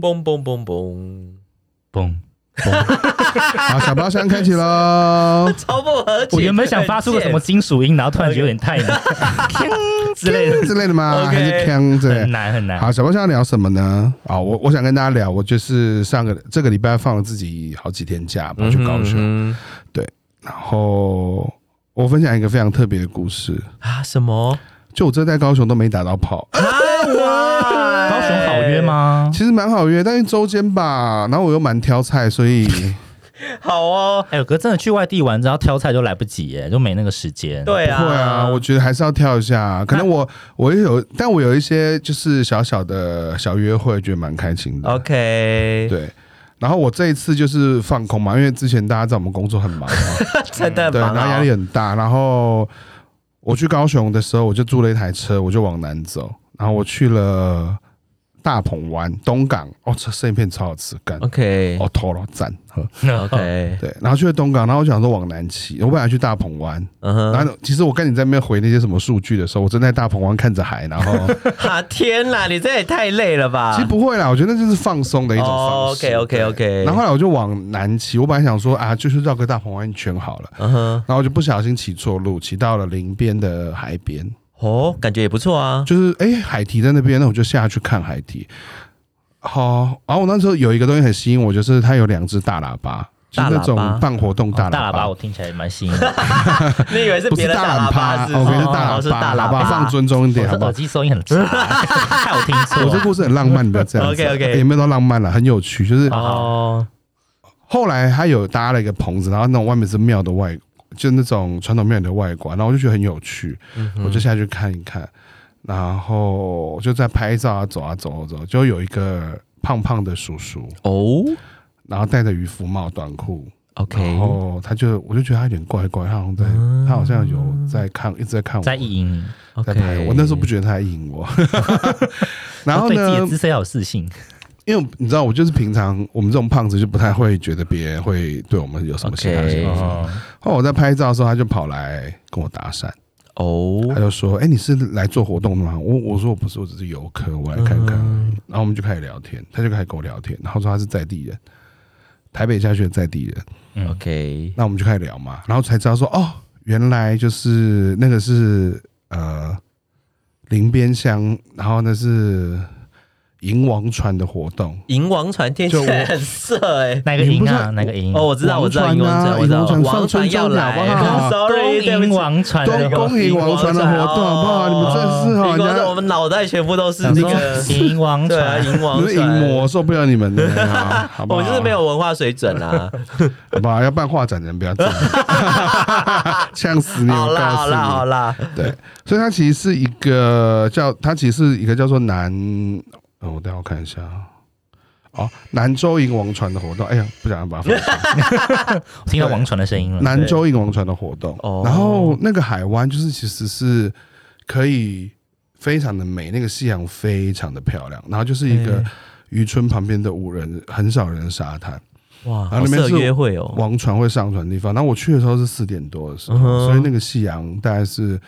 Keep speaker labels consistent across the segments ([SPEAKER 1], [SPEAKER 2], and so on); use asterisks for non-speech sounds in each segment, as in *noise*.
[SPEAKER 1] 嘣嘣嘣嘣，
[SPEAKER 2] 嘣！
[SPEAKER 3] 好，小包厢开启
[SPEAKER 1] *laughs*
[SPEAKER 3] 喽！
[SPEAKER 1] 超不合
[SPEAKER 2] 我原本想发出个什么金属音，然后突然觉得有点太难 *laughs* 之类的，
[SPEAKER 3] 之类的吗
[SPEAKER 1] OK 嗯
[SPEAKER 3] 还是腔之类
[SPEAKER 2] 很
[SPEAKER 3] 的？
[SPEAKER 2] 难很难。
[SPEAKER 3] 好，小包厢要聊什么呢？啊、我我想跟大家聊，我就是上个这个礼拜放了自己好几天假，跑去高雄，
[SPEAKER 1] 嗯哼
[SPEAKER 3] 然后我分享一个非常特别的故事，
[SPEAKER 1] 啊？什么？
[SPEAKER 3] 就我这在高雄都没打到炮，
[SPEAKER 1] 啊
[SPEAKER 2] 高
[SPEAKER 1] 高
[SPEAKER 2] 雄好约？吗？
[SPEAKER 3] 其实蛮好约，但是周间吧，然后我又蛮挑菜，所以
[SPEAKER 1] 好哦，
[SPEAKER 2] 哎呦，哥，真的去外地玩，然后挑菜都来不及耶，就没那个时
[SPEAKER 1] *laughs*
[SPEAKER 2] 间。，*laughs*
[SPEAKER 1] 对
[SPEAKER 3] 不
[SPEAKER 1] 啊，
[SPEAKER 3] 会啊，我觉得还是要挑一下。可能我我也有，但我有一些就是小小的小约会，觉得蛮开心的。
[SPEAKER 1] OK，
[SPEAKER 3] 对。然后我这一次就是放空嘛，因为之前大家知道我们工作很忙嘛，
[SPEAKER 1] *laughs* 真的啊
[SPEAKER 3] 对，
[SPEAKER 1] 蛮
[SPEAKER 3] 然后
[SPEAKER 1] 好
[SPEAKER 3] 压力很大。然后我去高雄的时候，我就租了一台车，我就往南走，然后我去了大鹏湾、东港，哦，这生鱼片超好吃，干
[SPEAKER 1] OK
[SPEAKER 3] 哦，头了赞。呵
[SPEAKER 1] OK，
[SPEAKER 3] 对，然后去了东港，然后我想说往南骑，我本来去大鹏湾，
[SPEAKER 1] 嗯哼，
[SPEAKER 3] 然后其实我跟你在那边回那些什么数据的时候，我正在大鹏湾看着海，
[SPEAKER 1] *laughs*
[SPEAKER 3] 然后
[SPEAKER 1] 啊天啦，你这也太累了吧？
[SPEAKER 3] 其实不会啦，我觉得那就是放松的一种方式。
[SPEAKER 1] 啊哦，OK，OK，OK
[SPEAKER 3] 对然后后来我就往南骑，我本来想说啊，就是绕个大鹏湾一圈好了，
[SPEAKER 1] 嗯哼，
[SPEAKER 3] 然后我就不小心骑错路，骑到了林边的海边，
[SPEAKER 1] 哦，感觉也不错啊。
[SPEAKER 3] 就是哎、诶海堤在那边，那我就下去看海堤。好，然后我那时候有一个东西很吸引我，就是它有两只大喇叭，就是那种
[SPEAKER 1] *laughs* 大喇叭
[SPEAKER 3] 办活动
[SPEAKER 2] 哦大
[SPEAKER 3] 大
[SPEAKER 2] 喇
[SPEAKER 3] 喇
[SPEAKER 2] 叭
[SPEAKER 3] 叭。
[SPEAKER 2] 我听起来蛮新颖的，
[SPEAKER 1] 你以为是
[SPEAKER 3] 不
[SPEAKER 1] 别
[SPEAKER 3] 是
[SPEAKER 1] 的
[SPEAKER 3] 大
[SPEAKER 1] 喇
[SPEAKER 3] 喇
[SPEAKER 1] 叭
[SPEAKER 3] 叭，
[SPEAKER 1] 是
[SPEAKER 3] 哦，我
[SPEAKER 1] 不是？
[SPEAKER 3] 跟你
[SPEAKER 2] 哦是
[SPEAKER 3] 大喇叭，
[SPEAKER 2] 大喇
[SPEAKER 3] 喇
[SPEAKER 2] 叭
[SPEAKER 3] 叭放尊重一
[SPEAKER 2] *laughs* 我
[SPEAKER 3] 点好不
[SPEAKER 2] 这
[SPEAKER 3] 好
[SPEAKER 2] 耳？机收音很差，害我听
[SPEAKER 3] 啊我这
[SPEAKER 2] 错。
[SPEAKER 3] 故事很浪漫，不要这样子。
[SPEAKER 1] OK，OK
[SPEAKER 3] 也没有到浪漫啊了，很有趣。就是
[SPEAKER 1] 哦，
[SPEAKER 3] 后来他有搭了一个棚子，然后那种外面是庙的外，就那种传统庙里的外观，然后我就觉得很有趣，
[SPEAKER 2] 嗯
[SPEAKER 3] 我就下去看一看，然后我就在拍照啊，走啊走啊走啊，就有一个胖胖的叔叔，
[SPEAKER 1] 哦
[SPEAKER 3] 然后戴着渔夫帽、短裤，然
[SPEAKER 1] ，OK，
[SPEAKER 3] 后他就我就觉得他有点怪怪，他好像在，他好像有在看，一直在看我，
[SPEAKER 2] 啊在意淫你，
[SPEAKER 3] 在拍我。我那时候不觉得他在意淫
[SPEAKER 2] *laughs*
[SPEAKER 3] 我， *laughs* 然后
[SPEAKER 2] 对自己
[SPEAKER 3] 呢
[SPEAKER 2] 的，姿色要有自信。
[SPEAKER 3] 因为你知道，我就是平常我们这种胖子就不太会觉得别人会对我们有什么其他想
[SPEAKER 1] OK
[SPEAKER 3] 法。
[SPEAKER 2] 哦，
[SPEAKER 3] 后来我在拍照的时候，他就跑来跟我搭讪，
[SPEAKER 1] 哦，
[SPEAKER 3] 他就说：“哎、你是来做活动的吗？”我我说：“我不是，我只是游客，我来看看。
[SPEAKER 1] 嗯
[SPEAKER 3] 然后我们就开始聊天，他就开始跟我聊天，然后说他是在地人，台北下学的在地人。
[SPEAKER 2] 嗯 *laughs*
[SPEAKER 1] OK，
[SPEAKER 3] 那我们就开始聊嘛，然后才知道说，哦，原来就是那个是呃林边乡，然后那是迎王船的活动。
[SPEAKER 1] 银王船听起来很色哎。
[SPEAKER 2] 哪个
[SPEAKER 3] 你
[SPEAKER 2] 音
[SPEAKER 3] 不是
[SPEAKER 2] 啊？哪个音？
[SPEAKER 1] 哦，我知道，我知道，
[SPEAKER 3] 王
[SPEAKER 1] 银
[SPEAKER 3] 船
[SPEAKER 1] 王
[SPEAKER 3] 啊
[SPEAKER 1] 船，我知
[SPEAKER 3] 银
[SPEAKER 1] 道，
[SPEAKER 3] 王船
[SPEAKER 1] 王船要
[SPEAKER 3] 放尊重
[SPEAKER 1] 来
[SPEAKER 3] 好不好
[SPEAKER 1] *laughs* ，sorry，对不
[SPEAKER 2] 恭迎
[SPEAKER 1] 起。
[SPEAKER 2] 王传
[SPEAKER 3] 恭恭迎王船的活动好不
[SPEAKER 1] 哦
[SPEAKER 3] 好？你们真的是
[SPEAKER 1] 你
[SPEAKER 3] 哈，人
[SPEAKER 1] 光
[SPEAKER 3] 家
[SPEAKER 1] 是我们脑袋全部都是
[SPEAKER 3] 想
[SPEAKER 1] 那
[SPEAKER 3] 说
[SPEAKER 1] 个，
[SPEAKER 2] 迎王
[SPEAKER 1] 对啊，
[SPEAKER 2] 传，
[SPEAKER 1] 银王
[SPEAKER 3] 你是淫
[SPEAKER 1] 船。
[SPEAKER 3] 魔，哦受不了你
[SPEAKER 1] *laughs*
[SPEAKER 3] 们的，好不
[SPEAKER 1] 我
[SPEAKER 3] 好？
[SPEAKER 1] 就是没，有文化水
[SPEAKER 3] *laughs*
[SPEAKER 1] 准啊！
[SPEAKER 3] 好不好？要办画展的人不要这样， *laughs* 呛死你！
[SPEAKER 1] 好
[SPEAKER 3] 我
[SPEAKER 1] 啦，
[SPEAKER 3] 告
[SPEAKER 1] 好
[SPEAKER 3] 诉你
[SPEAKER 1] 啦，好啦，
[SPEAKER 3] 对，所以它其实是一个叫，它其实是一个叫做南，哦，我等一下我看一下啊。哦，南州迎王船的活动，哎呀，不想把它放出来
[SPEAKER 2] 我听到王传的声音了。
[SPEAKER 3] 南州迎王船的活动
[SPEAKER 1] 嗯哦，
[SPEAKER 3] 然后那个海湾就是其实是可以非常的美，那个夕阳非常的漂亮，然后就是一个渔村旁边的无人很少人的沙滩，
[SPEAKER 1] 哇，
[SPEAKER 3] 然
[SPEAKER 1] 好
[SPEAKER 3] 后里面
[SPEAKER 1] 适合
[SPEAKER 3] 啊是
[SPEAKER 1] 约会哦。
[SPEAKER 3] 王船会上船的地方。然后我去的时候是四点多的时候，
[SPEAKER 1] 嗯哼
[SPEAKER 3] 所以那个夕阳大概是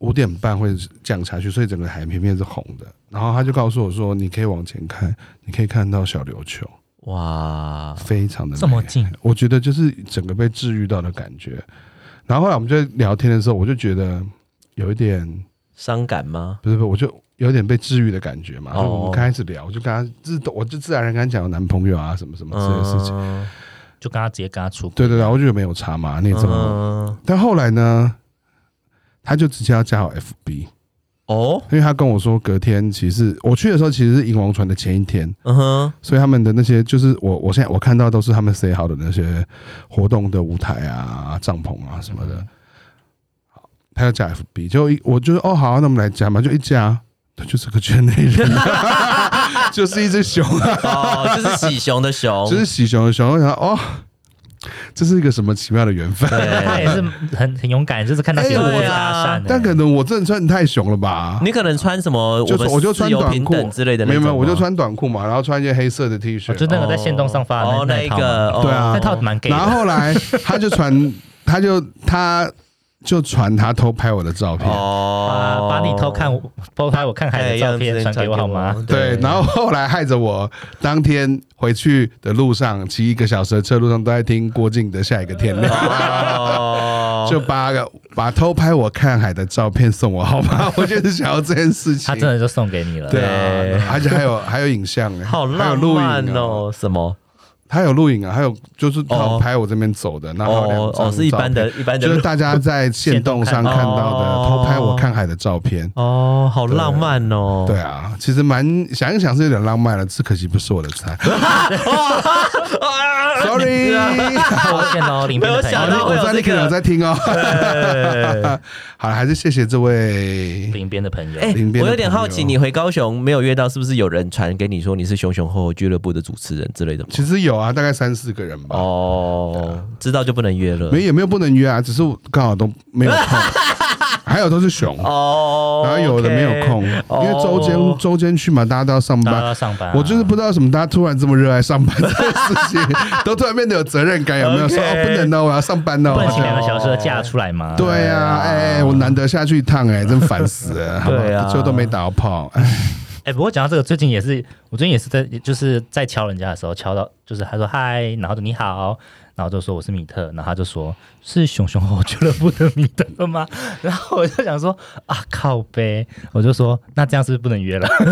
[SPEAKER 3] 五点半会降下去，所以整个海平面是红的。然后他就告诉我说，你可以往前看，你可以看到小琉球，
[SPEAKER 1] 哇，
[SPEAKER 3] 非常的
[SPEAKER 2] 这么
[SPEAKER 3] 美
[SPEAKER 2] 近，
[SPEAKER 3] 我觉得就是整个被治愈到的感觉。然后后来我们就在聊天的时候，我就觉得有一点
[SPEAKER 1] 伤感吗？
[SPEAKER 3] 不是不是，我就有点被治愈的感觉嘛。
[SPEAKER 1] 哦
[SPEAKER 3] 就我们开始聊，我就跟他自我就自然而然跟他讲有男朋友啊什么什么这些事情。
[SPEAKER 1] 嗯，
[SPEAKER 2] 就跟他直接跟他出轨。
[SPEAKER 3] 对对对，我就觉得没有差嘛，你也这么
[SPEAKER 1] 嗯
[SPEAKER 3] 但后来呢，他就直接要加好 FB，因
[SPEAKER 1] 哦，
[SPEAKER 3] 为他跟我说隔天其实我去的时候其实是银王船的前一天，
[SPEAKER 1] 嗯哼，
[SPEAKER 3] 所以他们的那些就是我我现在我看到都是他们 say 好的那些活动的舞台啊、帐篷啊什么的。
[SPEAKER 1] 嗯
[SPEAKER 3] 他要加 FB，就一我就说哦好啊、那我们来加嘛，就一加，他就是个圈内
[SPEAKER 1] *laughs*
[SPEAKER 3] 人，就是一只熊啊，
[SPEAKER 1] 哦，就是喜熊的熊，
[SPEAKER 3] 就是喜熊的熊。我想哦，这是一个什么奇妙的缘
[SPEAKER 1] 嗯
[SPEAKER 3] 分？
[SPEAKER 2] *laughs* 他
[SPEAKER 3] *laughs*
[SPEAKER 2] 也是很很勇敢，就是看到别人
[SPEAKER 3] 哎
[SPEAKER 2] 我
[SPEAKER 1] 对啊
[SPEAKER 2] 搭讪的。
[SPEAKER 3] 但可能我真的穿的太熊了吧？
[SPEAKER 1] 你可能穿什么？
[SPEAKER 3] 就是
[SPEAKER 1] 们
[SPEAKER 3] 我就穿
[SPEAKER 1] 自由
[SPEAKER 3] 短
[SPEAKER 1] 平
[SPEAKER 3] 裤
[SPEAKER 1] 等之类的那
[SPEAKER 3] 没有
[SPEAKER 1] 种吗，
[SPEAKER 3] 没有，我就穿短裤嘛，然后穿一件黑色的 T
[SPEAKER 2] 哦
[SPEAKER 3] 恤，
[SPEAKER 2] 就那个在线动上发的
[SPEAKER 1] 哦，
[SPEAKER 2] 那
[SPEAKER 1] 那
[SPEAKER 2] 一
[SPEAKER 1] 一
[SPEAKER 2] 套吗
[SPEAKER 1] 个，哦
[SPEAKER 3] 对啊
[SPEAKER 2] 那套蛮 gay
[SPEAKER 3] 然
[SPEAKER 1] *laughs*
[SPEAKER 2] 的。
[SPEAKER 3] 后后来他就传，他就他就传他偷拍我的照片。
[SPEAKER 1] 哦
[SPEAKER 2] 把，把你啊偷看我，偷拍我看海的照片
[SPEAKER 1] 哎
[SPEAKER 2] 传给我好吗？？
[SPEAKER 3] 对，然后后来害着我当天回去的路上，骑一个小时的车，路上都在听郭靖的《下一个天亮》
[SPEAKER 1] 后
[SPEAKER 3] *laughs* 就把个把偷拍我看海的照片送我好
[SPEAKER 1] *laughs*
[SPEAKER 3] 吗？我就是想要这件事情。
[SPEAKER 2] 他真的就送给你了。
[SPEAKER 3] 对啊，而且还有还有影像哎、
[SPEAKER 1] *laughs* *laughs* 好
[SPEAKER 3] 还有
[SPEAKER 1] 浪
[SPEAKER 3] 录影
[SPEAKER 1] 漫
[SPEAKER 3] 啊
[SPEAKER 1] 哦，什么？
[SPEAKER 3] 他有录影啊，还有就是他有
[SPEAKER 1] 哦
[SPEAKER 3] 拍我这边走的，然后还有两
[SPEAKER 1] 哦
[SPEAKER 3] 张
[SPEAKER 1] 哦，是一般的
[SPEAKER 3] 照，
[SPEAKER 1] 一般
[SPEAKER 3] 片，
[SPEAKER 1] 的
[SPEAKER 3] 就是大家在线动
[SPEAKER 1] *laughs*
[SPEAKER 3] 上看到
[SPEAKER 1] 哦
[SPEAKER 3] 的偷拍我看海的照片。
[SPEAKER 1] 哦，好浪漫哦。
[SPEAKER 3] 对啊，其实蛮想一想是有点浪漫了，只可惜不是我的
[SPEAKER 1] *laughs*
[SPEAKER 3] 菜。Sorry，
[SPEAKER 2] 抱歉哦，领边的
[SPEAKER 1] 没有想
[SPEAKER 2] 朋
[SPEAKER 1] 到
[SPEAKER 3] 我
[SPEAKER 1] 会
[SPEAKER 2] 友，
[SPEAKER 1] 有
[SPEAKER 3] 知道
[SPEAKER 1] 这个
[SPEAKER 3] 你可能有在听哦。
[SPEAKER 1] 对，
[SPEAKER 3] *laughs* 好了，还是谢谢这位。
[SPEAKER 2] 领边的朋友。
[SPEAKER 1] 哎
[SPEAKER 3] 林边的，
[SPEAKER 1] 我有点好奇，
[SPEAKER 3] 朋友
[SPEAKER 1] 你回高雄没有约到，是不是有人传给你说你是熊熊厚厚俱乐部的主持人之类的吗？
[SPEAKER 3] 其实有啊，大概三四个人吧。啊
[SPEAKER 1] 哦，知道就不能约了。
[SPEAKER 3] 没也没有不能约啊，只是我刚好都没有
[SPEAKER 1] *laughs*
[SPEAKER 3] 空，还有都是熊，
[SPEAKER 1] 哦，
[SPEAKER 3] 然后有的没有空，
[SPEAKER 1] OK
[SPEAKER 3] 因为周
[SPEAKER 1] 哦
[SPEAKER 3] 间周间去嘛，大家都要上
[SPEAKER 2] 大家都
[SPEAKER 3] 班。
[SPEAKER 2] 要上班啊，
[SPEAKER 3] 我就是不知道为什么大家突然这么热爱上班这件事情，都突然变得有责任感，有没有？说
[SPEAKER 1] OK
[SPEAKER 3] 哦不能哦，我要上班
[SPEAKER 2] 不能请
[SPEAKER 3] 哦。
[SPEAKER 2] 两个小时的假出来吗？
[SPEAKER 3] 对呀，哎，我难得下去一趟，哎，真烦死了。好吧
[SPEAKER 1] 对啊
[SPEAKER 3] 最后都没打到炮，哎
[SPEAKER 2] 哎、不过讲到这个，最近也是，我最近也是在，就是在敲人家的时候，敲到就是他说嗨，然后就你好，然后就说我是米特，然后他就说是熊熊猴俱乐部的米特吗？ *laughs* 然后我就想说啊靠呗，我就说那这样是不是不能约了？ *laughs*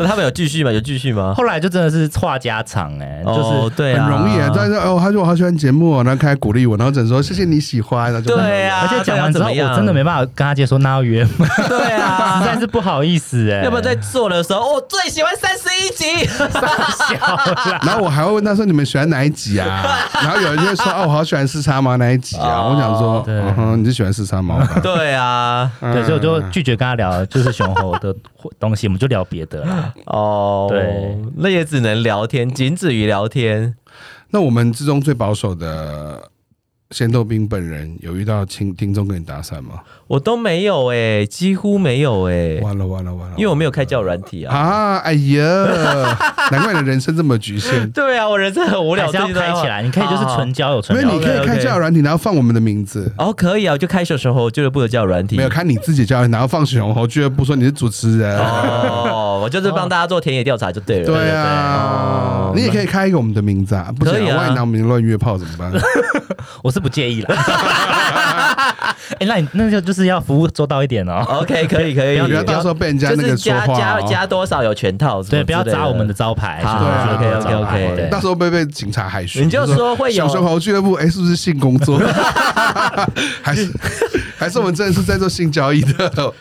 [SPEAKER 1] 那他们有继续吗？有继续吗？
[SPEAKER 2] 后来就真的是话家常哎、
[SPEAKER 1] 哦
[SPEAKER 2] 就是。
[SPEAKER 1] 对
[SPEAKER 3] 很
[SPEAKER 1] 啊，
[SPEAKER 3] 容易啊。但是哦，他说我好喜欢节目哦，然后开始鼓励我，然后只能说谢谢你喜欢，然后就
[SPEAKER 1] 对啊，
[SPEAKER 2] 而且讲完之后，
[SPEAKER 1] 对啊
[SPEAKER 2] 我真的没办法跟他姐说那要约吗？
[SPEAKER 1] *laughs*
[SPEAKER 2] *laughs*
[SPEAKER 1] 对
[SPEAKER 3] *laughs*
[SPEAKER 2] 实在
[SPEAKER 1] 啊。
[SPEAKER 2] 是不好意思哎、
[SPEAKER 1] *laughs* 要不要在做的时候，我最喜欢三十一集。 *laughs*
[SPEAKER 3] 然后我还会问他说：“你们喜欢哪一集
[SPEAKER 1] *laughs*
[SPEAKER 3] 啊？”然后有人就会说：“哦，我好喜欢四叉猫那一集啊！”
[SPEAKER 1] 哦
[SPEAKER 3] 我想说：“
[SPEAKER 2] 对
[SPEAKER 3] 嗯哼，你是喜欢四叉猫吧
[SPEAKER 1] 对啊，
[SPEAKER 2] 对，所以我就拒绝跟他聊，就是熊猴的东西，我们就聊别的啦。
[SPEAKER 1] 哦，
[SPEAKER 2] 对，
[SPEAKER 1] 那也只能聊天，仅止于聊天。？”
[SPEAKER 3] 那我们之中最保守的仙豆兵本人有遇到听听众跟你搭讪吗？
[SPEAKER 1] 我都没有哎、几乎没有哎、
[SPEAKER 3] 完了完了完了！
[SPEAKER 1] 因为我没有开交友软体啊。
[SPEAKER 3] 啊，哎
[SPEAKER 1] *laughs*
[SPEAKER 3] 呀，难怪你的人生这么局限。
[SPEAKER 1] 对啊，我人生很无聊，
[SPEAKER 2] 还是要
[SPEAKER 1] 最近啊都在
[SPEAKER 2] 开起来，你可以就是纯。交友、
[SPEAKER 3] 因
[SPEAKER 2] 纯
[SPEAKER 3] 为
[SPEAKER 2] 聊
[SPEAKER 3] 你可以
[SPEAKER 1] OK，OK
[SPEAKER 3] 开交友软体，然后放我们的名字。
[SPEAKER 1] 哦，可以啊，我就开小熊猴俱乐部的交友软体。
[SPEAKER 3] 没有看你自己交友，然后放熊猴俱乐部说你是主持人，
[SPEAKER 1] 哦，我就是帮大家做田野调查就对了。
[SPEAKER 3] 对
[SPEAKER 1] 对对对
[SPEAKER 3] 啊
[SPEAKER 1] 哦，
[SPEAKER 3] 你也可以开一个我们的名字啊，不行
[SPEAKER 1] 可以啊
[SPEAKER 3] 万一拿我们乱约炮怎么
[SPEAKER 1] *laughs*
[SPEAKER 3] 办？
[SPEAKER 2] 我是不介意啦。 *laughs* 哎、那你那就就是要服务周到一点哦，
[SPEAKER 1] OK，可以可以，
[SPEAKER 3] 不要到时候被人家
[SPEAKER 1] 就
[SPEAKER 3] 那
[SPEAKER 1] 是
[SPEAKER 3] 个说
[SPEAKER 1] 加
[SPEAKER 3] 话、
[SPEAKER 1] 加
[SPEAKER 3] 哦。
[SPEAKER 1] 加多少有全套，
[SPEAKER 2] 对，不要砸我们的。招牌。
[SPEAKER 1] 好
[SPEAKER 2] 是不是
[SPEAKER 3] 对啊
[SPEAKER 2] 不要砸我们的招牌
[SPEAKER 1] OK，OK，OK
[SPEAKER 2] 对
[SPEAKER 3] 那时候被被警察海巡，
[SPEAKER 1] 你就说会有
[SPEAKER 3] 小熊猴俱乐部，哎、是不是性工作？还是还是我们真的是在做性交易的？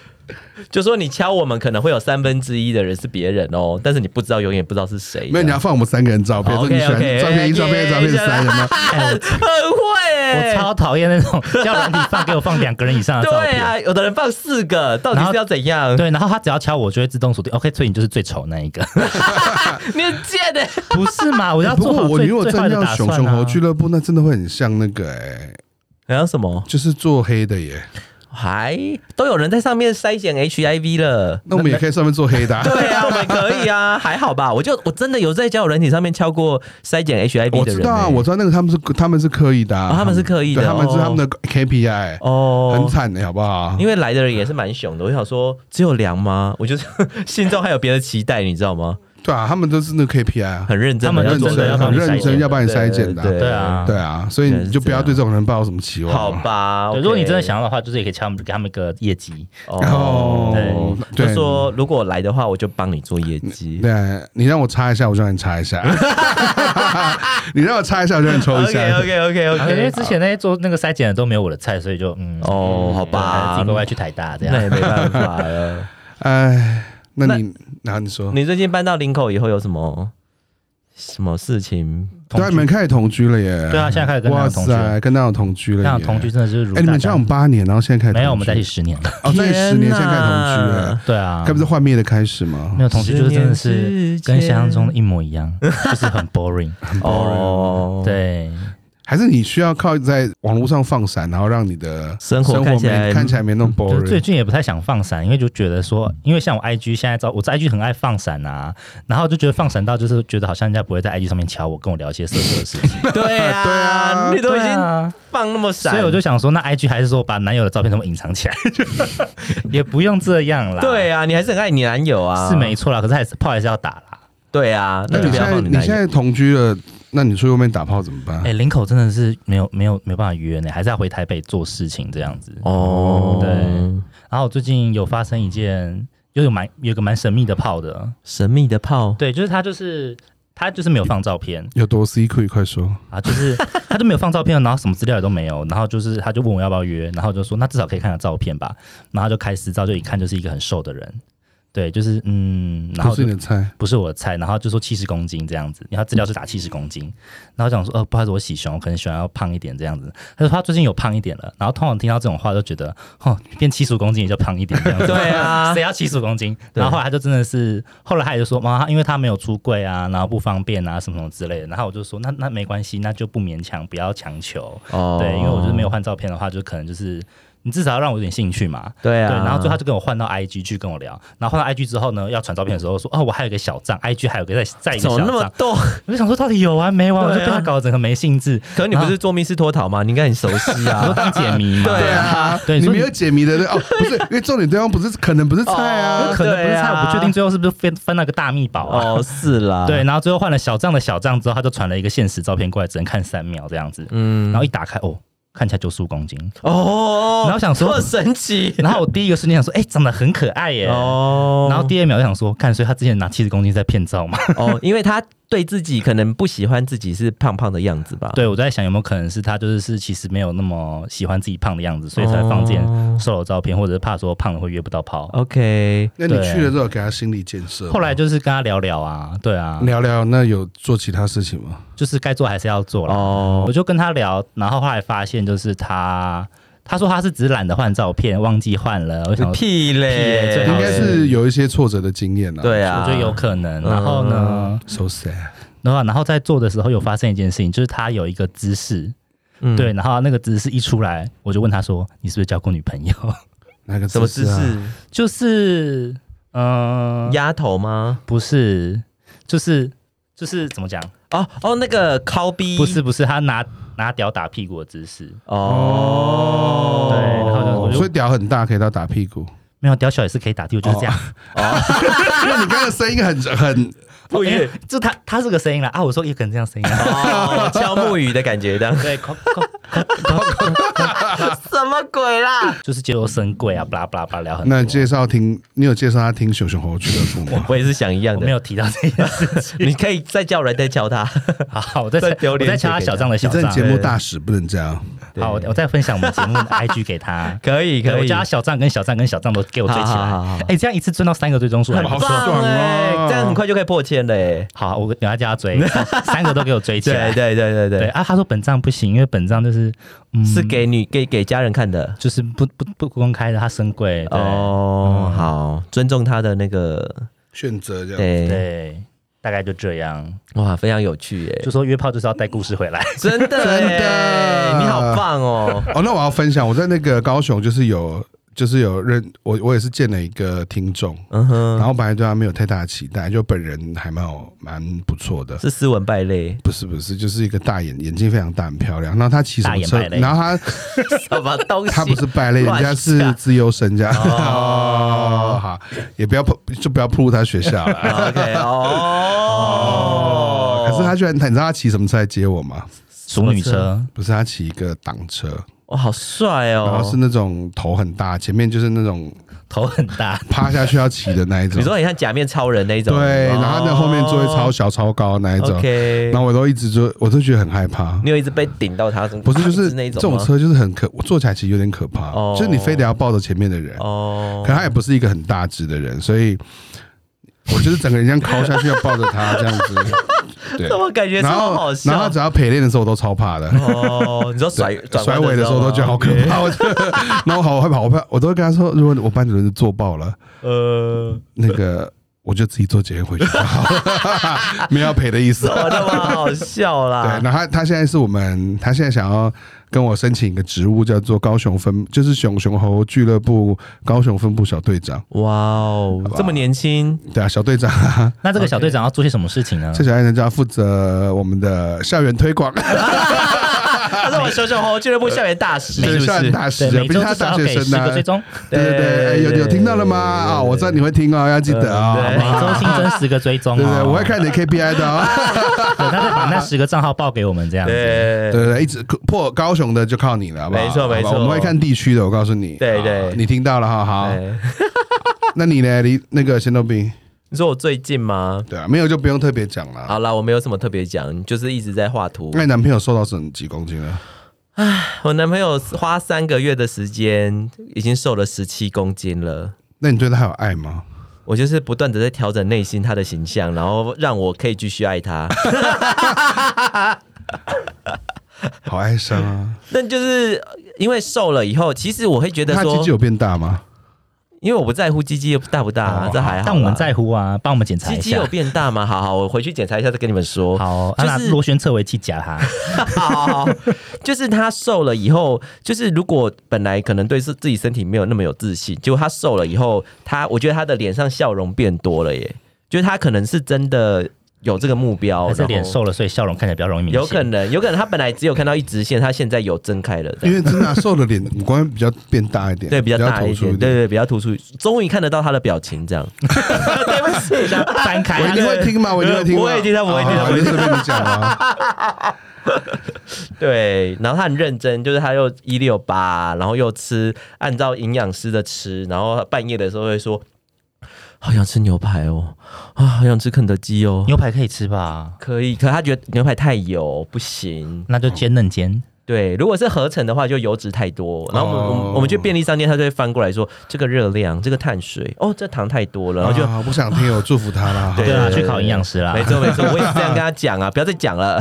[SPEAKER 1] 就说你敲我们，可能会有三分之一的人是别人哦，但是你不知道，永远不知道是谁。啊
[SPEAKER 3] 没有，你要放我们三个人照片，
[SPEAKER 1] 好
[SPEAKER 3] 说你喜欢
[SPEAKER 1] OK，OK，
[SPEAKER 3] 照片一、照片
[SPEAKER 1] 耶
[SPEAKER 3] 二、照片三，有没有？
[SPEAKER 2] 哎
[SPEAKER 1] *laughs*
[SPEAKER 2] 我
[SPEAKER 1] 很会欸
[SPEAKER 2] 我超讨厌那种叫软体放给我放两个人以上的照
[SPEAKER 1] 对
[SPEAKER 2] 片。
[SPEAKER 1] 啊，有的人放四个，到底
[SPEAKER 2] 然后
[SPEAKER 1] 是要怎样？
[SPEAKER 2] 对，然后他只要敲我，就会自动锁定。OK，所以你就是最丑那一个，
[SPEAKER 1] 你很贱欸的。
[SPEAKER 2] 不是嘛？
[SPEAKER 3] *laughs*
[SPEAKER 2] 我要
[SPEAKER 3] 不
[SPEAKER 2] 做
[SPEAKER 3] 过
[SPEAKER 2] 好
[SPEAKER 3] 我
[SPEAKER 2] 最
[SPEAKER 3] 如果
[SPEAKER 2] 最
[SPEAKER 3] 真
[SPEAKER 2] 坏的
[SPEAKER 3] 要
[SPEAKER 2] 打
[SPEAKER 3] 熊
[SPEAKER 2] 算
[SPEAKER 3] 熊猴
[SPEAKER 2] 啊。
[SPEAKER 3] 俱乐部，那真的会很像那个哎、
[SPEAKER 1] 还有什么？
[SPEAKER 3] 就是做黑的耶。
[SPEAKER 1] 还都有人在上面筛选 HIV 了。
[SPEAKER 3] 那我们也可以上面做黑的、啊。
[SPEAKER 1] 对啊， *laughs* 我们可以啊，还好吧？我就我真的有在交友软体上面敲过筛检 HIV
[SPEAKER 3] 我
[SPEAKER 1] 的人
[SPEAKER 3] 知
[SPEAKER 1] 欸、
[SPEAKER 3] 道啊，我知道那个他们是他们是刻意的、啊
[SPEAKER 1] 哦他们是刻意的
[SPEAKER 3] 对他们是
[SPEAKER 1] 哦
[SPEAKER 3] 他们的 KPI，、很
[SPEAKER 1] 哦，
[SPEAKER 3] 惨啊的好不好
[SPEAKER 1] 因？为来的人也是蛮凶的。我想说，只有凉吗？我就是心中还有别的期待，你知道吗？
[SPEAKER 3] 对啊，他们都是那个 KPI 啊，
[SPEAKER 1] 很认真
[SPEAKER 2] 他们
[SPEAKER 1] 的，
[SPEAKER 3] 认
[SPEAKER 2] 真的要
[SPEAKER 3] 真
[SPEAKER 2] 帮
[SPEAKER 3] 很
[SPEAKER 2] 你筛
[SPEAKER 3] 认真
[SPEAKER 2] 检
[SPEAKER 3] 要帮你筛检的啊、
[SPEAKER 1] 对
[SPEAKER 2] 对啊
[SPEAKER 3] 对啊，所以你就不要对这种人抱有什么期望。
[SPEAKER 1] 好吧，
[SPEAKER 2] 对，如果你真的
[SPEAKER 1] OK
[SPEAKER 2] 想要的话，就是也可以敲给他们一个业绩。
[SPEAKER 1] 哦，
[SPEAKER 3] 对
[SPEAKER 1] 就说如果来的话，我就帮你做业绩。
[SPEAKER 3] 对，你让我擦一下，我就让你擦一
[SPEAKER 2] *laughs*
[SPEAKER 3] 下；你让我擦一下，我就让你抽一
[SPEAKER 1] OK
[SPEAKER 3] 下。
[SPEAKER 1] OK OK
[SPEAKER 2] 然后因为
[SPEAKER 1] OK，
[SPEAKER 2] 之前那些做那个筛检的都没有我的菜，所以就嗯，
[SPEAKER 1] 哦，好
[SPEAKER 2] 对自
[SPEAKER 1] 吧
[SPEAKER 2] 己，乖乖去台大这
[SPEAKER 1] 那
[SPEAKER 2] 样。
[SPEAKER 1] 也没办法了。
[SPEAKER 3] 哎，那你，然后你说，
[SPEAKER 1] *laughs* 你最近搬到林口以后有什么什么事情？
[SPEAKER 3] 对啊，你们开始同居了耶！
[SPEAKER 2] 对啊，现在开始跟他
[SPEAKER 3] 哇
[SPEAKER 2] 们同居了。
[SPEAKER 3] 塞，跟男友同居了耶，
[SPEAKER 2] 那种同居真的就是如
[SPEAKER 3] 哎，你们
[SPEAKER 2] 大
[SPEAKER 3] 交
[SPEAKER 2] 家
[SPEAKER 3] 往八年，然后现在开始
[SPEAKER 2] 没有，我们在
[SPEAKER 3] 在
[SPEAKER 2] 一起十年 *laughs* 啊了。
[SPEAKER 3] 哦，在一起十年，
[SPEAKER 1] 天哪
[SPEAKER 3] 现在开始同居了，
[SPEAKER 2] 对啊
[SPEAKER 3] 该，不是幻灭的开始吗
[SPEAKER 2] 没？有同居就是真的
[SPEAKER 1] 十年
[SPEAKER 2] 是
[SPEAKER 1] 之间
[SPEAKER 2] *laughs* 跟想象中的一模一样，就是很 boring。
[SPEAKER 1] 哦，
[SPEAKER 2] 对，
[SPEAKER 3] 还是你需要靠在网络上放闪，然后让你的
[SPEAKER 1] 生活看
[SPEAKER 3] 没
[SPEAKER 1] 起来
[SPEAKER 3] 看起来没那么
[SPEAKER 2] 就是嗯最
[SPEAKER 3] boring。
[SPEAKER 2] 近也不太想放闪，因为就觉得说，因为像我 IG 现在照，我在 IG 很爱放闪啊，然后就觉得放闪到就是觉得好像人家不会在 IG 上面瞧我，跟我聊一些色色的事 *laughs* 情，
[SPEAKER 1] *laughs* 对
[SPEAKER 3] *laughs*
[SPEAKER 1] 啊，
[SPEAKER 3] 对啊
[SPEAKER 1] 你都已
[SPEAKER 2] 对
[SPEAKER 1] 经
[SPEAKER 2] 啊
[SPEAKER 1] 放那么闪，
[SPEAKER 2] 所以我就想说，那 IG 还是说把男友的照片全部隐藏起来， *laughs* 也不用这样啦。
[SPEAKER 1] 对啊，你还是很爱你男友啊，
[SPEAKER 2] 是没错啦，可是还是炮还是要打啦。
[SPEAKER 1] 对啊，那
[SPEAKER 3] 那
[SPEAKER 1] 就
[SPEAKER 3] 你
[SPEAKER 1] 不
[SPEAKER 3] 现
[SPEAKER 1] 要
[SPEAKER 3] 在
[SPEAKER 1] 放你
[SPEAKER 3] 你
[SPEAKER 1] 男
[SPEAKER 3] 现
[SPEAKER 1] 友。
[SPEAKER 3] 在同居了，那你出去外面打炮怎么办？
[SPEAKER 2] 哎、林口真的是没有没有没有办法约呢，还是要回台北做事情这样子。
[SPEAKER 1] 哦，
[SPEAKER 2] 对，然后我最近有发生一件，就有蛮有个蛮神秘的炮的，
[SPEAKER 1] 神秘的炮，
[SPEAKER 2] 对，就是他就是他就是没有放照片
[SPEAKER 3] 有多 secret 快说！
[SPEAKER 2] 啊，就是 *laughs* 他就没有放照片，然后什么资料也都没有，然后就是他就问我要不要约，然后我就说那至少可以看下照片吧，然后他就开私照，就一看就是一个很瘦的人，对，就是嗯，然
[SPEAKER 3] 不
[SPEAKER 2] 后
[SPEAKER 3] 是
[SPEAKER 2] 就
[SPEAKER 3] 你的菜，
[SPEAKER 2] 不是我的菜，然后就说七十公斤这样子，然后资料是打七十公斤，然后讲说，呃，不好意思，我喜熊，我可能喜欢要胖一点这样子。他说他最近有胖一点了，然后通常听到这种话都觉得，哦，变七十公斤也就胖一点这样
[SPEAKER 1] *laughs*
[SPEAKER 2] 子。
[SPEAKER 1] 对啊
[SPEAKER 2] 谁要七十公斤？
[SPEAKER 1] 对
[SPEAKER 2] 然后后来他就真的是，后来他也就说，妈，因为他没有出柜啊，然后不方便啊，什么什么之类的。然后我就说，那那没关系，那就不勉强，不要强求。
[SPEAKER 1] 哦，
[SPEAKER 2] 对，因为我就是没有换照片的话，就可能就是你至少要让我有点兴趣嘛。
[SPEAKER 1] 对啊，
[SPEAKER 2] 对，然后最后他就跟我换到 IG 去跟我聊，然后换到 IG 之后呢，要传照片的时候说，哦，我还有一个小账，IG 还有一个在在一个
[SPEAKER 1] 怎么
[SPEAKER 2] 小
[SPEAKER 1] 那么
[SPEAKER 2] 账，
[SPEAKER 1] 逗？
[SPEAKER 2] 我就想说到底有完没完，
[SPEAKER 1] 对啊啊
[SPEAKER 2] 我就被他搞得整个没
[SPEAKER 1] *laughs*
[SPEAKER 2] 兴致，
[SPEAKER 1] 可是你不是做密室脱逃吗？你应该很熟悉
[SPEAKER 2] 我都 *laughs*
[SPEAKER 1] 啊。
[SPEAKER 2] 当解谜嘛，
[SPEAKER 1] 对
[SPEAKER 3] 啊
[SPEAKER 2] 对
[SPEAKER 3] 你
[SPEAKER 2] 所以
[SPEAKER 3] 没有解谜的对哦，不是，因为重点对方不是可能不是菜
[SPEAKER 1] 哦
[SPEAKER 3] 啊，
[SPEAKER 2] 可能不是
[SPEAKER 1] 对
[SPEAKER 2] 他，
[SPEAKER 1] 啊
[SPEAKER 2] 我不确定最后是不是分分那个大密宝啊。
[SPEAKER 1] 哦，是啦，
[SPEAKER 2] 对，，然后最后换了小账的小账之后，他就传了一个现实照片过来，只能看三秒这样子。
[SPEAKER 1] 嗯
[SPEAKER 2] 然，后一打开，哦，看起来九十五公斤。
[SPEAKER 1] 哦，
[SPEAKER 2] 然后想说
[SPEAKER 1] 这么神
[SPEAKER 2] *laughs*
[SPEAKER 1] 奇，
[SPEAKER 2] 然后我第一个瞬间
[SPEAKER 1] *laughs*
[SPEAKER 2] 想说，哎，长得很可爱耶。
[SPEAKER 1] 哦，
[SPEAKER 2] *laughs* 然后第二秒就想说，看，所以他之前拿七十公斤在骗照
[SPEAKER 1] *laughs*
[SPEAKER 2] 嘛？
[SPEAKER 1] 哦，因为他对自己可能不喜欢自己是胖胖的样子吧？，
[SPEAKER 2] 对，我在想有没有可能是他就是是其实没有那么喜欢自己胖的样子，所以才
[SPEAKER 1] 哦
[SPEAKER 2] 放这件瘦的照片，或者是怕说胖了会约不到炮。
[SPEAKER 1] OK，
[SPEAKER 3] 那你
[SPEAKER 2] 对
[SPEAKER 3] 去了之后给他心理建设吗。
[SPEAKER 2] 后来就是跟他聊聊啊，对啊，
[SPEAKER 3] 聊聊，那有做其他事情吗？
[SPEAKER 2] 就是该做还是要做啦。
[SPEAKER 1] 哦
[SPEAKER 2] 我，就跟他聊，然后后来发现就是他，他说他是只懒得换照片，忘记换了。我想说，
[SPEAKER 1] 屁
[SPEAKER 2] 屁嘞
[SPEAKER 1] 嘞，
[SPEAKER 2] 最
[SPEAKER 3] 应
[SPEAKER 2] 好
[SPEAKER 3] 该是有一些挫折的经验啊。
[SPEAKER 1] 啊对啊，嗯
[SPEAKER 2] 我觉得有可能。然后呢，
[SPEAKER 3] ，so sad。
[SPEAKER 2] 然后然后在做的时候有发生一件事情，就是他有一个姿势，
[SPEAKER 1] 嗯
[SPEAKER 2] 对，然后那个姿势一出来，我就问他说：“你是不是交过女朋友 *laughs*
[SPEAKER 3] 那个
[SPEAKER 1] 什么姿
[SPEAKER 3] 啊？
[SPEAKER 1] 势？”
[SPEAKER 2] 就是，嗯、
[SPEAKER 1] 压头吗？
[SPEAKER 2] 不是，就是就是怎么讲？
[SPEAKER 1] 哦哦，那个靠逼
[SPEAKER 2] 不是不是，他拿拿屌打屁股的姿势，
[SPEAKER 1] 哦，
[SPEAKER 2] 对然后就我就
[SPEAKER 3] 所以屌很大，可以到打屁股。
[SPEAKER 2] 没有屌小也是可以打屁股，就是这样。
[SPEAKER 1] 哦
[SPEAKER 3] 因为你刚刚声音很很，
[SPEAKER 1] 不
[SPEAKER 2] *laughs* 哎
[SPEAKER 1] 语
[SPEAKER 2] 就他他这个声音啦啊，我说也可能这样声音、啊。，
[SPEAKER 1] 哦，敲木鱼的感觉这样
[SPEAKER 2] *laughs* 对，扣扣
[SPEAKER 1] 什么鬼啦？
[SPEAKER 2] 就是接受神贵啊，
[SPEAKER 1] 嗯
[SPEAKER 2] 巴拉巴拉巴拉聊很多。
[SPEAKER 3] 那介绍听，你有介绍他听熊熊猴俱乐部吗？
[SPEAKER 1] *laughs* 我也是想一样
[SPEAKER 2] 我没
[SPEAKER 1] 的，
[SPEAKER 2] 有提到这件事情。
[SPEAKER 1] 你可以再叫人再敲他。
[SPEAKER 2] *laughs* 好，我再
[SPEAKER 1] 再丢
[SPEAKER 2] 我
[SPEAKER 1] 链
[SPEAKER 2] 再
[SPEAKER 1] 接
[SPEAKER 2] 敲他
[SPEAKER 1] 给
[SPEAKER 2] 小
[SPEAKER 1] 他
[SPEAKER 2] 张的
[SPEAKER 3] 你
[SPEAKER 2] 小
[SPEAKER 3] 这
[SPEAKER 2] 张。
[SPEAKER 3] 节目大使不能这样。
[SPEAKER 1] 对
[SPEAKER 2] 好，我我再分享我们节目的 IG 给他。
[SPEAKER 1] *laughs* 可以 *laughs*
[SPEAKER 2] 对
[SPEAKER 1] 可
[SPEAKER 2] 我
[SPEAKER 1] 以，
[SPEAKER 2] 叫他小张跟小张跟小张都给我追起
[SPEAKER 1] 好好
[SPEAKER 2] 来
[SPEAKER 1] 好好好。
[SPEAKER 2] 哎，这样一次追到三个追踪数，还不
[SPEAKER 3] 好
[SPEAKER 2] 错。
[SPEAKER 3] 爽
[SPEAKER 1] 哎
[SPEAKER 3] 哦
[SPEAKER 1] 这样很快就可以破千了哎。
[SPEAKER 2] 好，我等下叫他追， *laughs* 三三个都给我追起
[SPEAKER 1] 对
[SPEAKER 2] 来。
[SPEAKER 1] 对对对
[SPEAKER 2] 对
[SPEAKER 1] 对，
[SPEAKER 2] 啊，他说本账不行，因为本账就是嗯
[SPEAKER 1] 是给女给给家人看的。
[SPEAKER 2] 就是不不不公开的，他身贵。对
[SPEAKER 1] 哦，好，尊重他的那个，
[SPEAKER 3] 选择这样，
[SPEAKER 1] 对，
[SPEAKER 2] 对，大概就这样。
[SPEAKER 1] 哇，非常有趣
[SPEAKER 2] 就
[SPEAKER 1] 哎，
[SPEAKER 2] 说约炮就是要带故事回来。
[SPEAKER 1] *laughs* 真的欸
[SPEAKER 3] 真
[SPEAKER 1] 哎
[SPEAKER 3] 的
[SPEAKER 1] 你好棒哦，
[SPEAKER 3] *laughs* 哦，那我要分享，我在那个高雄就是有，就是有认我，我也是见了一个听众，
[SPEAKER 1] 嗯
[SPEAKER 3] 然
[SPEAKER 1] 哼，
[SPEAKER 3] 后本来对他没有太大的期待，就本人还蛮有蛮不错的，，
[SPEAKER 1] 是斯文败类
[SPEAKER 3] 不是不是，就是一个大眼，眼睛非常大，很漂亮。然后他骑什么车
[SPEAKER 2] 大眼败？类
[SPEAKER 3] 然后他
[SPEAKER 1] *laughs* 什么东西？
[SPEAKER 3] 他不是败类，人
[SPEAKER 1] 乱
[SPEAKER 3] 家是
[SPEAKER 1] 讲
[SPEAKER 3] 自由身家。 *laughs* 哦，好，也不要碰就不要暴露他学校了。
[SPEAKER 1] OK *laughs* 哦，
[SPEAKER 3] 可是他居然，你知道他骑什么车来接我吗？
[SPEAKER 2] 熟女车，
[SPEAKER 3] 不是，他骑一个挡车，
[SPEAKER 1] 哇，好帅
[SPEAKER 3] 然
[SPEAKER 1] 哦
[SPEAKER 3] 后！是那种头很大，前面就是那种
[SPEAKER 2] 头很大，
[SPEAKER 3] 趴下去要骑的那一种
[SPEAKER 1] 你。说很像假面超人那一种，
[SPEAKER 3] 对，然后那后面座位超
[SPEAKER 1] 哦
[SPEAKER 3] 小超高的那一种，
[SPEAKER 1] OK，
[SPEAKER 3] 然后我都一直就我都觉得很害怕。
[SPEAKER 1] 你有一直被顶到他，
[SPEAKER 3] 不是，就
[SPEAKER 1] 啊
[SPEAKER 3] 是
[SPEAKER 1] 那一
[SPEAKER 3] 这
[SPEAKER 1] 种
[SPEAKER 3] 种
[SPEAKER 1] 吗
[SPEAKER 3] 车就是很可，我坐起来其实有点可怕，
[SPEAKER 1] 哦
[SPEAKER 3] 就是你非得要抱着前面的人。
[SPEAKER 1] 哦
[SPEAKER 3] 可，他也不是一个很大只的人，所以我就是整个人这样靠下去，要抱着他这
[SPEAKER 1] *laughs*
[SPEAKER 3] 样子。对，
[SPEAKER 1] 怎么感觉
[SPEAKER 3] 然
[SPEAKER 1] 超
[SPEAKER 3] 后
[SPEAKER 1] 好
[SPEAKER 3] 然后
[SPEAKER 1] 笑
[SPEAKER 3] 只？要陪练的时候，我都超怕的。*laughs*
[SPEAKER 1] 哦，你说甩转
[SPEAKER 3] 甩
[SPEAKER 1] 弯
[SPEAKER 3] 尾的时候都觉得好可
[SPEAKER 1] 吗
[SPEAKER 3] 怕，我就
[SPEAKER 1] *laughs*
[SPEAKER 3] 然后好我害怕，我怕，我都会跟他说，如果我班主任坐爆了，
[SPEAKER 1] 呃，
[SPEAKER 3] 那个我就自己做捷运回去就好， *laughs* 没有要赔的意思
[SPEAKER 1] 怎。哦么那么好笑
[SPEAKER 3] *laughs* 对，
[SPEAKER 1] 啦？
[SPEAKER 3] 然后他他现在是我们，他现在想要跟我申请一个职务，叫做高雄分，就是熊熊猴俱乐部高雄分部小队长。
[SPEAKER 1] 哇哦，这么年
[SPEAKER 3] *laughs*
[SPEAKER 1] 轻，
[SPEAKER 3] 对啊，小队
[SPEAKER 1] 嗯
[SPEAKER 3] 长啊，
[SPEAKER 2] 那这个小队长要做些什么事情呢？
[SPEAKER 3] 这小爱人就要负责我们的校园推广，
[SPEAKER 1] 他是我熊熊猴俱乐部校园大使，
[SPEAKER 3] *laughs* 对
[SPEAKER 1] 是不
[SPEAKER 3] 校园
[SPEAKER 1] 是？
[SPEAKER 3] 大使
[SPEAKER 2] 对，
[SPEAKER 3] 啊，
[SPEAKER 2] 每
[SPEAKER 3] 毕竟
[SPEAKER 2] 周
[SPEAKER 3] 他
[SPEAKER 2] 至
[SPEAKER 3] 大
[SPEAKER 2] 少要
[SPEAKER 3] 学
[SPEAKER 2] 给十
[SPEAKER 3] 生啊
[SPEAKER 2] 个
[SPEAKER 3] 呢
[SPEAKER 2] 追。踪，
[SPEAKER 3] 对对对，哎有有听到了吗？啊，我知道你会听哦，要记得哦，
[SPEAKER 1] 对
[SPEAKER 3] 好
[SPEAKER 2] 每
[SPEAKER 3] 不好
[SPEAKER 2] 周新增十个追踪哦。
[SPEAKER 3] 对对，
[SPEAKER 1] 嗯
[SPEAKER 3] 我会看你 KPI 的
[SPEAKER 1] *laughs*
[SPEAKER 3] 哦。
[SPEAKER 2] 对，他再把那十个账号报给我们这样子。
[SPEAKER 1] 对
[SPEAKER 3] 对对，一直破高雄的就靠你了，好不好？
[SPEAKER 1] 没错
[SPEAKER 3] 好吧
[SPEAKER 1] 没错
[SPEAKER 3] 我们会看地区的，我告诉你。
[SPEAKER 1] 对对
[SPEAKER 3] 啊你听到了哈，好，
[SPEAKER 1] 对
[SPEAKER 3] *laughs* 那你呢？你那个仙豆冰，
[SPEAKER 1] 你说我最近吗？
[SPEAKER 3] 对啊，没有就不用特别讲了。
[SPEAKER 1] 好啦，我没有什么特别讲，就是一直在
[SPEAKER 3] *laughs*
[SPEAKER 1] 画图。
[SPEAKER 3] 那你男朋友瘦到是几公斤了？
[SPEAKER 1] 我男朋友花三个月的时间，已经瘦了十七公斤了。
[SPEAKER 3] 那你对他还有爱
[SPEAKER 1] *laughs*
[SPEAKER 3] 吗？
[SPEAKER 1] 我就是不断的在调整内心他的形象，然后让我可以继续爱他。
[SPEAKER 3] 好哀伤啊！
[SPEAKER 1] 那就是呃因为瘦了以后，其实我会觉得
[SPEAKER 3] 他
[SPEAKER 1] 说
[SPEAKER 3] 鸡鸡，有变大吗？
[SPEAKER 1] 因为我不在乎鸡鸡大不大、
[SPEAKER 3] 哦
[SPEAKER 1] 这还好啦。
[SPEAKER 2] 但我们在乎啊，帮我们检查
[SPEAKER 1] 鸡
[SPEAKER 2] 一
[SPEAKER 1] 鸡
[SPEAKER 2] 下
[SPEAKER 1] 有。变大吗？好好，我回去检查一下再跟你们说。
[SPEAKER 2] 好，
[SPEAKER 1] 就
[SPEAKER 2] 他
[SPEAKER 1] 是
[SPEAKER 2] 拿螺旋侧围器夹他，
[SPEAKER 1] 好，就是他瘦了以后，就是如果本来可能对自自己身体没有那么有自信，结果他瘦了以后，他我觉得他的脸上笑容变多了耶，就是他可能是真的有这个目标，
[SPEAKER 2] 还是脸
[SPEAKER 1] 然后
[SPEAKER 2] 瘦了，所以笑容看起来比较容易明显。
[SPEAKER 1] 有可能，有可能他本来只有看到一直线，他现在有睁开了，这
[SPEAKER 3] 因
[SPEAKER 1] 样
[SPEAKER 3] 为真的啊瘦的脸五官比较变大一点，
[SPEAKER 1] 对比较大
[SPEAKER 3] 突
[SPEAKER 1] 一
[SPEAKER 3] 出
[SPEAKER 1] 点，对对，比较突出，终于看得到他的表情，这样。 *laughs* 对不起，
[SPEAKER 2] 翻开
[SPEAKER 3] 我一
[SPEAKER 2] 啊
[SPEAKER 3] 定会听吗？我一定会听吗。
[SPEAKER 1] 呃不会听他不会听他
[SPEAKER 3] 好好
[SPEAKER 1] 不会
[SPEAKER 3] 你
[SPEAKER 1] 听
[SPEAKER 3] 随便你讲
[SPEAKER 1] *laughs*
[SPEAKER 3] 啊。
[SPEAKER 1] 对，然后他很认真，就是他又一六八，然后又吃，按照营养师的吃，然后半夜的时候会说，好想吃牛排哦，啊，好想吃肯德基哦，
[SPEAKER 2] 牛排可以吃吧？
[SPEAKER 1] 可以，可他觉得牛排太油，不行。
[SPEAKER 2] 那就煎嫩煎。
[SPEAKER 1] 对，如果是合成的话，就油脂太多。然后我们、
[SPEAKER 3] 哦
[SPEAKER 1] 我们我们去便利商店，他就会翻过来说，这个热量，这个碳水，哦，这糖太多了，然后就。
[SPEAKER 3] 啊，不想听，我祝福他啦。
[SPEAKER 1] 对
[SPEAKER 2] 对啊，去考营养师啦
[SPEAKER 1] 没。错没错，我也是这样跟他讲啊，不要再讲
[SPEAKER 2] *laughs*
[SPEAKER 1] 了。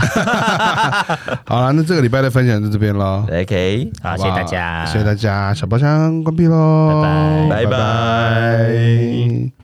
[SPEAKER 3] 好了，那这个礼拜的分享就这边喽。
[SPEAKER 1] OK，
[SPEAKER 2] 好，
[SPEAKER 3] 好
[SPEAKER 2] 谢
[SPEAKER 3] 不好
[SPEAKER 2] 谢大家，
[SPEAKER 3] 谢谢大家，小包厢关闭喽，
[SPEAKER 2] 拜
[SPEAKER 1] 拜拜
[SPEAKER 3] 拜拜